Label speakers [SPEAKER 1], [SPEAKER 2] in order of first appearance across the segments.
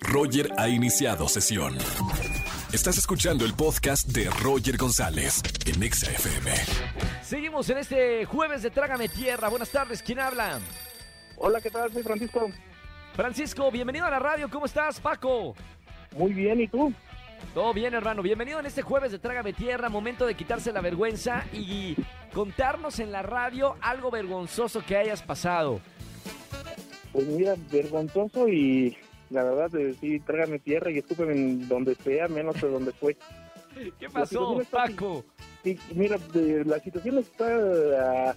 [SPEAKER 1] Roger ha iniciado sesión. Estás escuchando el podcast de Roger González en Exa FM.
[SPEAKER 2] Seguimos en este jueves de Trágame Tierra. Buenas tardes, ¿quién habla?
[SPEAKER 3] Hola, ¿qué tal? Soy Francisco.
[SPEAKER 2] Francisco, bienvenido a la radio. ¿Cómo estás, Paco?
[SPEAKER 3] Muy bien, ¿y tú?
[SPEAKER 2] Todo bien, hermano. Bienvenido en este jueves de Trágame Tierra, momento de quitarse la vergüenza y contarnos en la radio algo vergonzoso que hayas pasado.
[SPEAKER 3] Pues mira, vergonzoso y la verdad, eh, sí, trágame tierra y escúpeme en donde sea, menos de donde fue.
[SPEAKER 2] ¿Qué pasó,
[SPEAKER 3] situación está así.
[SPEAKER 2] Paco?
[SPEAKER 3] Sí, mira, de- la situación está... ah,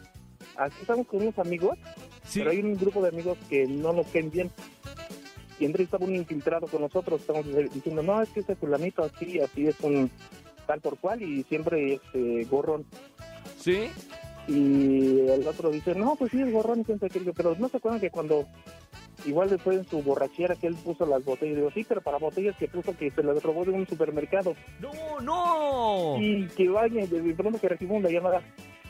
[SPEAKER 3] aquí estamos con unos amigos,
[SPEAKER 2] Sí,
[SPEAKER 3] pero hay un grupo de amigos que no nos caen bien. Y entre estaba un infiltrado con nosotros, estamos diciendo, no, es que ese fulanito así, así es un tal por cual y siempre es eh, gorrón.
[SPEAKER 2] sí.
[SPEAKER 3] Y el otro dice, no, pues sí, es gorrón y quién sabe qué". Digo, Pero no se acuerdan que cuando, igual después en su borrachera que él puso las botellas, digo, sí, pero para botellas que puso que se las robó de un supermercado.
[SPEAKER 2] No, no.
[SPEAKER 3] Y que vaya, de de pronto que recibo una llamada.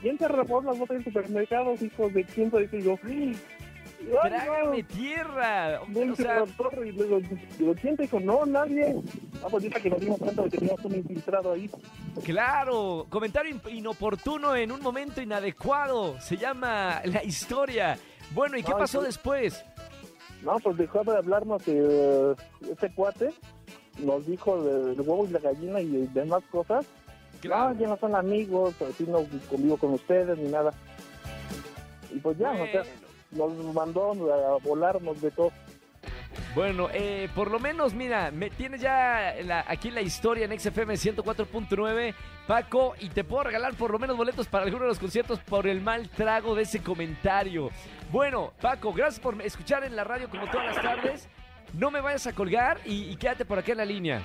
[SPEAKER 3] ¿Quién se robó las botellas del supermercado, hijos de quién sabe qué?". Y yo, "Ay, no".
[SPEAKER 2] Trágame tierra.
[SPEAKER 3] Bien,
[SPEAKER 2] O sea,
[SPEAKER 3] se robó, y luego, digo, ¿quién te dijo? No, nadie. Ah, pues ahorita que nos dimos cuenta de que teníamos un infiltrado ahí.
[SPEAKER 2] Claro, comentario in- inoportuno en un momento inadecuado. Se llama la historia. Bueno, ¿y qué
[SPEAKER 3] Ay,
[SPEAKER 2] pasó
[SPEAKER 3] sí.
[SPEAKER 2] después?
[SPEAKER 3] No, pues dejaba de hablarnos eh, este cuate, nos dijo del huevo y la gallina y demás cosas. No, ya no son amigos, así no convivo con ustedes ni nada. Y pues ya, o sea,
[SPEAKER 2] Bueno.
[SPEAKER 3] nos mandó a volarnos de todo.
[SPEAKER 2] Bueno, eh, por lo menos, mira, me tienes ya la- aquí la historia en XFM 104.9, Paco, y te puedo regalar por lo menos boletos para alguno de los conciertos por el mal trago de ese comentario. Bueno, Paco, gracias por escuchar en la radio como todas las tardes. No me vayas a colgar y, y quédate por acá en la línea.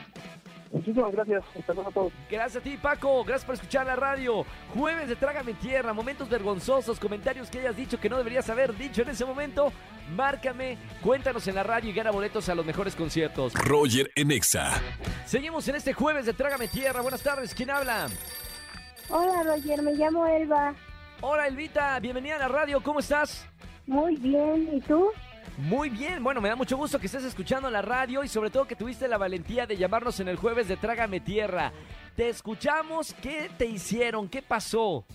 [SPEAKER 3] Muchísimas gracias, saludos a todos.
[SPEAKER 2] Gracias a ti, Paco. Gracias por escuchar la radio. Jueves de Trágame Tierra. Momentos vergonzosos, comentarios que hayas dicho que no deberías haber dicho en ese momento. Márcame, cuéntanos en la radio y gana boletos a los mejores conciertos.
[SPEAKER 1] Roger en Exa.
[SPEAKER 2] Seguimos en este jueves de Trágame Tierra. Buenas tardes, ¿quién habla?
[SPEAKER 4] Hola Roger, me llamo Elba.
[SPEAKER 2] Hola, Elvita. Bienvenida a la radio. ¿Cómo estás?
[SPEAKER 4] Muy bien, ¿y tú?
[SPEAKER 2] Muy bien, bueno, me da mucho gusto que estés escuchando la radio y sobre todo que tuviste la valentía de llamarnos en el jueves de Trágame Tierra. Te escuchamos, ¿qué te hicieron? ¿Qué pasó?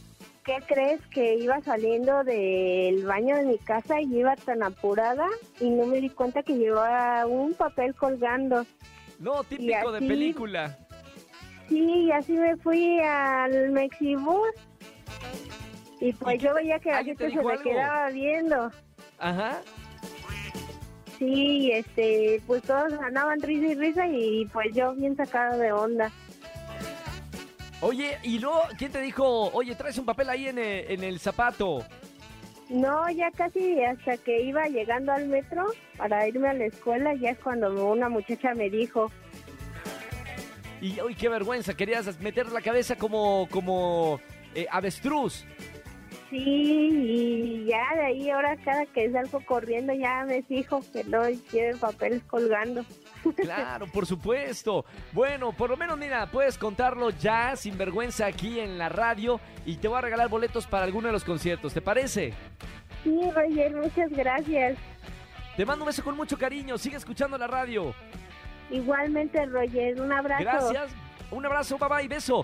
[SPEAKER 4] ¿Qué crees que iba saliendo del baño de mi casa y iba tan apurada y no me di cuenta que llevaba un papel colgando?
[SPEAKER 2] No, típico de
[SPEAKER 4] así?
[SPEAKER 2] película.
[SPEAKER 4] Sí, y así me fui al Mexibus y
[SPEAKER 2] ¿Y
[SPEAKER 4] pues
[SPEAKER 2] qué
[SPEAKER 4] yo
[SPEAKER 2] te-
[SPEAKER 4] veía que la
[SPEAKER 2] alguien te
[SPEAKER 4] gente se me
[SPEAKER 2] dijo algo?
[SPEAKER 4] quedaba viendo.
[SPEAKER 2] Ajá.
[SPEAKER 4] Sí, este, pues todos andaban risa y risa y pues yo bien sacada de onda.
[SPEAKER 2] Oye, y luego, ¿quién te dijo, oye, traes un papel ahí en el, en el zapato?
[SPEAKER 4] No, ya casi hasta que iba llegando al metro para irme a la escuela, ya es cuando una muchacha me dijo,
[SPEAKER 2] Y, uy, qué vergüenza, querías meter la cabeza como, como eh, avestruz.
[SPEAKER 4] sí, y ya de ahí ahora cada que salgo corriendo ya me fijo que no lleve papeles colgando.
[SPEAKER 2] Claro, por supuesto. Bueno, por lo menos, mira, puedes contarlo ya sin vergüenza aquí en la radio y te voy a regalar boletos para alguno de los conciertos, ¿te parece?
[SPEAKER 4] Sí, Roger, muchas gracias.
[SPEAKER 2] Te mando un beso con mucho cariño, sigue escuchando la radio.
[SPEAKER 4] Igualmente, Roger, un abrazo.
[SPEAKER 2] Gracias, un abrazo, bye bye, beso.